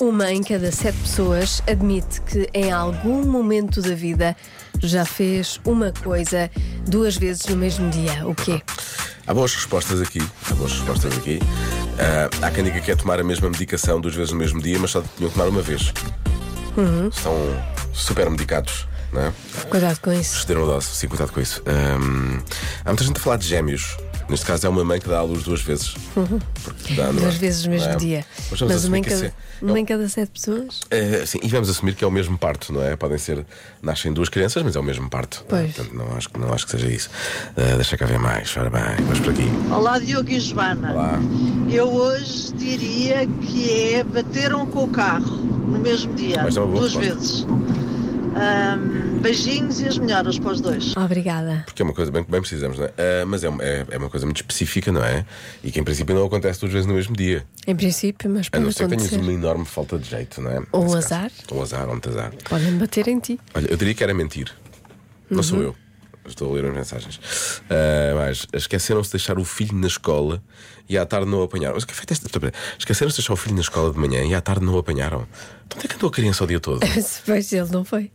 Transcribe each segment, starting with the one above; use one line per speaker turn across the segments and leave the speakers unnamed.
Uma em cada sete pessoas admite que em algum momento da vida já fez uma coisa duas vezes no mesmo dia. O quê?
Há boas respostas aqui. Há boas respostas aqui. Ah, há quem diga que é tomar a mesma medicação duas vezes no mesmo dia, mas só tinham que tomar uma vez.
Uhum.
São super medicados, não é?
Cuidado com isso.
Excederam a dose, sim, cuidado com isso. Ahm, há muita gente a falar de gêmeos. Neste caso é uma mãe que dá à luz duas vezes. Porque dá, não
Uhum. Duas
é?
vezes no mesmo
Não é?
dia.
Mas, vamos
uma
assumir
em
que isso
cada,
é- é um-
uma em cada sete pessoas?
É, sim, e vamos assumir que é o mesmo parto, não é? Podem ser, nascem duas crianças, mas é o mesmo parto. não é?
Pois.
Portanto, não acho, que- não acho que seja isso. Ah, deixa cá ver mais, ora bem, vamos por aqui.
Olá, Diogo e Joana.
Olá.
Eu hoje diria que é bateram com o carro no mesmo dia,
Mas é uma boa
duas
resposta.
vezes. Ahm, beijinhos e as melhoras para os dois.
Obrigada.
Porque é uma coisa bem que bem precisamos, não é? Ah, mas é, uma- é- é uma coisa muito específica, não é? E que em princípio não acontece duas vezes no mesmo dia.
Em princípio, mas
A
pode
não ser que tenhas
acontecer.
uma enorme falta de jeito, não é?
Ou
Nesse
azar.
caso. Ou azar, ou muito azar.
Podem bater em ti.
Olha, eu diria que era mentir. Não
Uhum.
sou eu. Estou a ler as mensagens. Ah, mas esqueceram-se de deixar o filho na escola e à tarde não o apanharam. Mas que feito é esta. espera, Esqueceram-se de deixar o filho na escola de manhã e à tarde não o apanharam. Então onde é que andou a criança o dia todo?
Se pois ele não foi.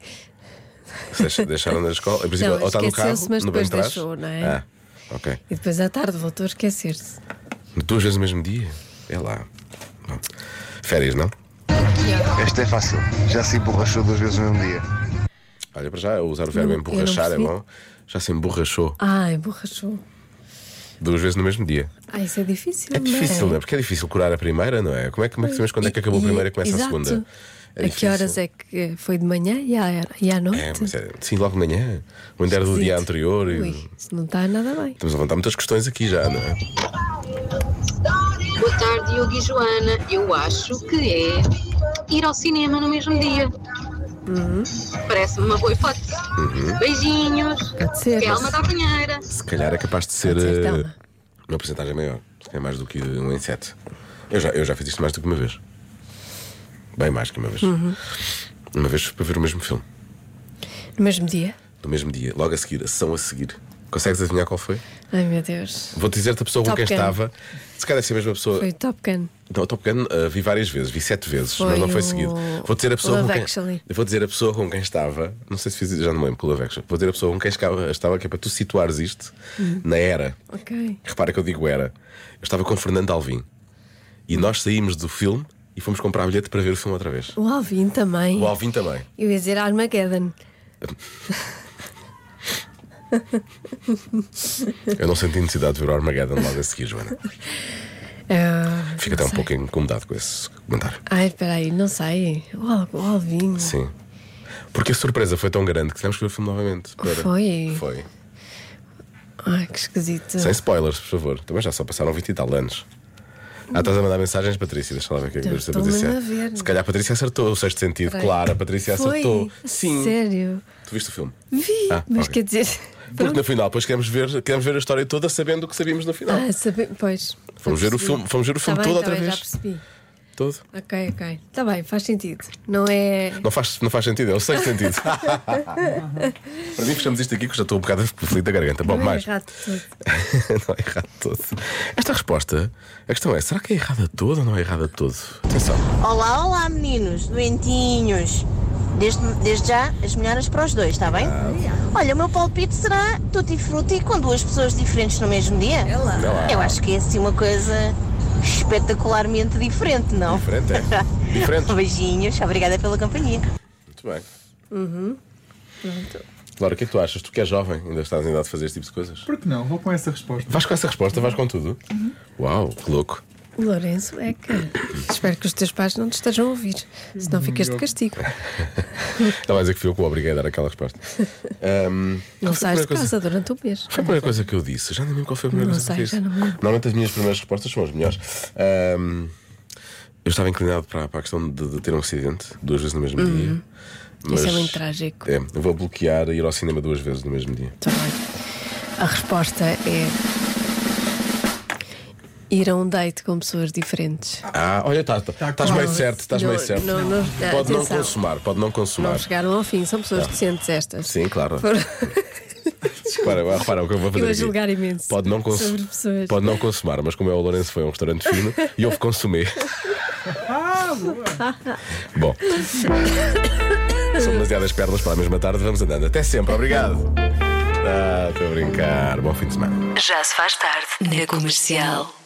Se deixa- deixaram na escola. Em princípio,
Não,
ou está no carro,
esqueceu-se, mas
no banco de
depois
trás.
deixou, não é?
Ah, ok.
E depois à tarde voltou a esquecer-se.
Duas vezes no mesmo dia? É lá. Bom, Férias, não?
Esta é fácil. Já se emborrachou duas vezes no mesmo dia.
Olha para já, usar o verbo
Não, eu não
emborrachar é
percebi.
bom. Já se emborrachou
Ai, borrachou.
duas vezes no mesmo dia.
Ah, isso é difícil,
É difícil, não
não
é? Porque é difícil curar a primeira, não é? Como é que, como é que sabemos quando é que
E-
acabou a
e-
primeira e começa
exato.
a segunda? É
a que horas é que foi de manhã e à, e à noite?
É, mas é, sim, logo de manhã. O andar do dia
Esquisito.
anterior. e-
Ui, isso não está nada bem.
Estamos a levantar muitas questões aqui já, não é?
Boa tarde, Diogo e Joana. Eu acho que é ir ao cinema no mesmo dia. Parece-me uma boa hipótese. Beijinhos.
Pode ser.
Telma da Banheira.
Se calhar é capaz de ser
Pode ser
eh,
Telma.
uma porcentagem maior. Se calhar mais do que um em sete. Eu já, eu já fiz isto mais do que uma vez. Bem mais que uma vez.
Uhum.
Uma vez para ver o mesmo filme.
No mesmo dia?
No mesmo dia, logo a seguir, a sessão a seguir. Consegues adivinhar qual foi?
Ai meu Deus.
Vou dizer-te a pessoa com
Top
quem
Gun.
estava. Se calhar deve ser a mesma pessoa.
Foi o Top Gun.
Não, o Top Gun uh, vi várias vezes, vi sete vezes,
Foi
mas não foi
o
seguido. Vou dizer a pessoa
Love
com quem
Actually.
eu vou dizer a pessoa com quem estava. Não sei se fiz já não me lembro com o Love Action. Vou dizer a pessoa com quem escava- estava que é para tu situares isto
Uhum.
na era.
Ok.
Repara que eu digo era. Eu estava com Fernando Alvim e nós saímos do filme e fomos comprar bilhete para ver o filme outra vez.
O Alvin também.
O Alvim também.
Eu ia dizer Armageddon.
Eu não senti necessidade de ver o Armageddon logo a seguir, Joana.
Ah,
Fico até um pouco incomodado com esse comentário.
Ai, espera aí, não sei. O, Al o Alvin.
Sim. Porque a surpresa foi tão grande que tivemos que ver o filme novamente. Para-
Foi?
Foi.
Ai, que esquisito.
Sem spoilers, por favor. Também já só passaram 20 e tal anos. Ah, estás a mandar mensagens, Patrícia? Deixa lá ver o que é que
Estou-
diz a
estou-me
Patrícia.
a Então, ver.
Se calhar a Patrícia acertou o sexto sentido.
Espera aí.
Claro, a Patrícia
Foi?
acertou. Sim.
Sério?
Tu viste o filme?
Vi,
Ah,
mas quer
ok.
dizer.
Porque no final, depois queremos ver, queremos ver a história toda sabendo o que sabíamos no final.
Ah, sabe... Pois.
Vamos
já
ver o
percebi.
filme- vamos ver o
Tá
filme
bem,
todo
tá
outra
bem,
vez.
Já percebi.
Todo.
Ok, ok. Está bem, faz sentido. Não é.
Não faz, não faz sentido, é o sexto sentido. Para mim, fechamos isto aqui que eu já estou um bocado aflito da garganta. Bom,
não é
mais.
errado tudo.
não é errado todo. Esta resposta, a questão é: será que é errada toda ou não é errada todo? Atenção.
Olá, olá meninos, doentinhos. Desde, desde já, as melhoras para os dois, está bem? Olha, o meu palpite será tutti frutti com duas pessoas diferentes no mesmo dia. Eu acho que é assim uma coisa espetacularmente diferente, não?
Diferente, é? Diferente.
Beijinhos, obrigada pela companhia.
Muito bem.
Uhum.
Claro, o que é que tu achas? Tu que és jovem, ainda estás em idade de fazer este tipo de coisas?
Por que não? Vou com essa resposta.
Vais com essa resposta, vais com tudo?
Uhum.
Uau, que louco.
O Lourenço é que. Espero que os teus pais não te estejam a ouvir, senão ficas de castigo.
Estava a dizer que fui eu que o obriguei a dar aquela resposta. Ahm,
Não
qual foi a
sais de
primeira coisa-
casa durante o mês.
Foi a primeira coisa que eu disse. Já nem lembro qual foi a primeira
Não
coisa
sei,
que eu disse.
já não me lembro.
Normalmente as minhas primeiras respostas são as melhores. Ahm, eu estava inclinado para, para a questão de, de ter um acidente duas vezes no mesmo dia.
Uhum. Isso é muito trágico.
É, eu vou bloquear ir ao cinema duas vezes no mesmo dia.
Tá bem. A resposta é. Ir a um date com pessoas diferentes.
Ah, olha, tá, tá, estás
quase.
meio certo, estás
Não,
meio certo.
não, não,
pode não
atenção.
consumar, pode não
Não
consumar.
chegaram ao fim, são
Ah.
pessoas decentes estas.
Sim, claro.
Por-
Repara, repara o que eu vou fazer.
Eu a
aqui.
julgar imenso
Pode não, cons-
sobre pessoas.
pode não consumar, mas como é o Lourenço foi a um restaurante fino e houve consumir.
Ah,
Bom. São demasiadas pernas para a mesma tarde. Vamos andando. Até sempre. Obrigado. Ah, estou a brincar. Bom fim de semana.
Já se faz tarde na comercial.